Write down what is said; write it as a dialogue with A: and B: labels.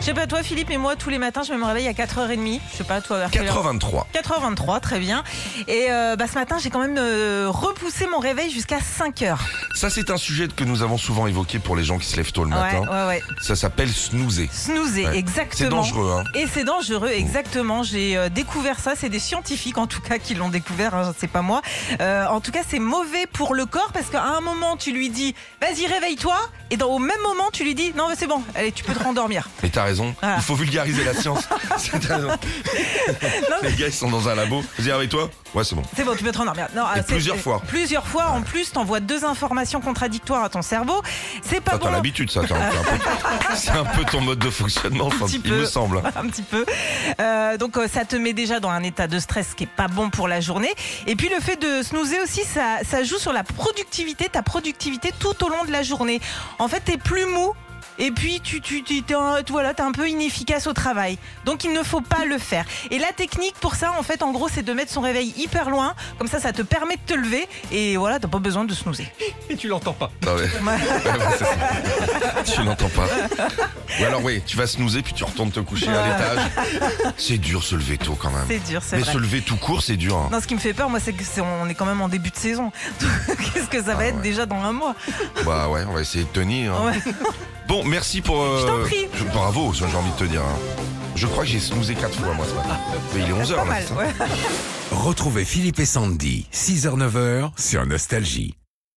A: Je sais pas toi Philippe, mais moi tous les matins je me réveille à 4h30. Je sais pas toi vers quelle heure
B: 83.
A: 4h23, très bien. Et euh, bah, ce matin j'ai quand même euh, repoussé mon réveil jusqu'à 5h.
B: Ça, c'est un sujet que nous avons souvent évoqué pour les gens qui se lèvent tôt le
A: Ouais,
B: matin.
A: ouais, ouais.
B: Ça s'appelle snoozer.
A: Snoozer,
B: Ouais. C'est
A: exactement.
B: dangereux, hein.
A: Et c'est dangereux, exactement. J'ai euh, découvert ça. C'est des scientifiques, en tout cas, qui l'ont découvert. hein, c'est pas moi. Euh, en tout cas, c'est mauvais pour le corps parce qu'à un moment, tu lui dis, vas-y, réveille-toi. Et dans, au même moment, tu lui dis, non, mais c'est bon, allez, tu peux te rendormir.
B: Mais t'as raison,
A: Ah.
B: il faut vulgariser la science. C'est- t'as raison. les gars, ils sont dans un labo. Vas-y, avec toi Ouais, c'est bon.
A: C'est bon, tu peux te rendormir. Non,
B: Et
A: ah, c'est-
B: plusieurs
A: c'est-
B: fois.
A: Plusieurs fois. En plus, t'envoies deux informations contradictoires à ton cerveau. C'est pas
B: Ça, t'as
A: bon.
B: l'habitude, ça. t'as- t'as un peu- C'est un peu ton mode de fonctionnement, enfin,
A: petit
B: il
A: peu.
B: me semble.
A: un petit peu. Euh, donc euh, ça te met déjà dans un état de stress qui est pas bon pour la journée. Et puis le fait de snoozer aussi, ça, ça joue sur la productivité, ta productivité tout au long de la journée. En fait, t'es plus mou. Et puis tu tu tu t'es un, voilà t'es un peu inefficace au travail donc il ne faut pas le faire et la technique pour ça en fait en gros c'est de mettre son réveil hyper loin comme ça ça te permet de te lever et voilà t'as pas besoin de snoozer
C: Et tu l'entends pas.
B: Ah ouais. Ouais, bah, c'est ça. tu n'entends pas. Ou alors, oui, tu vas snoozer puis tu retournes te coucher à l'étage. C'est dur se lever tôt quand même.
A: c'est dur c'est
B: Mais
A: vrai
B: se lever tout court, c'est dur. hein.
A: Non, ce qui me fait peur, moi, c'est que c'est- on est quand même en début de saison. Qu'est-ce que ça va
B: Ah,
A: être
B: ouais.
A: déjà dans un mois
B: Bah ouais, on va essayer de tenir. hein.
A: Ouais.
B: Bon, merci pour. euh,
A: Je t'en prie.
B: je- bravo, j'ai envie de te dire. hein. Je crois que j'ai snoozé quatre fois, moi, ce matin. Mais il est 11h,
A: Ah.
B: là.
A: Pas mal.
B: c'est ça
A: ouais.
D: Retrouvez Philippe et Sandy, 6h-9h sur Nostalgie.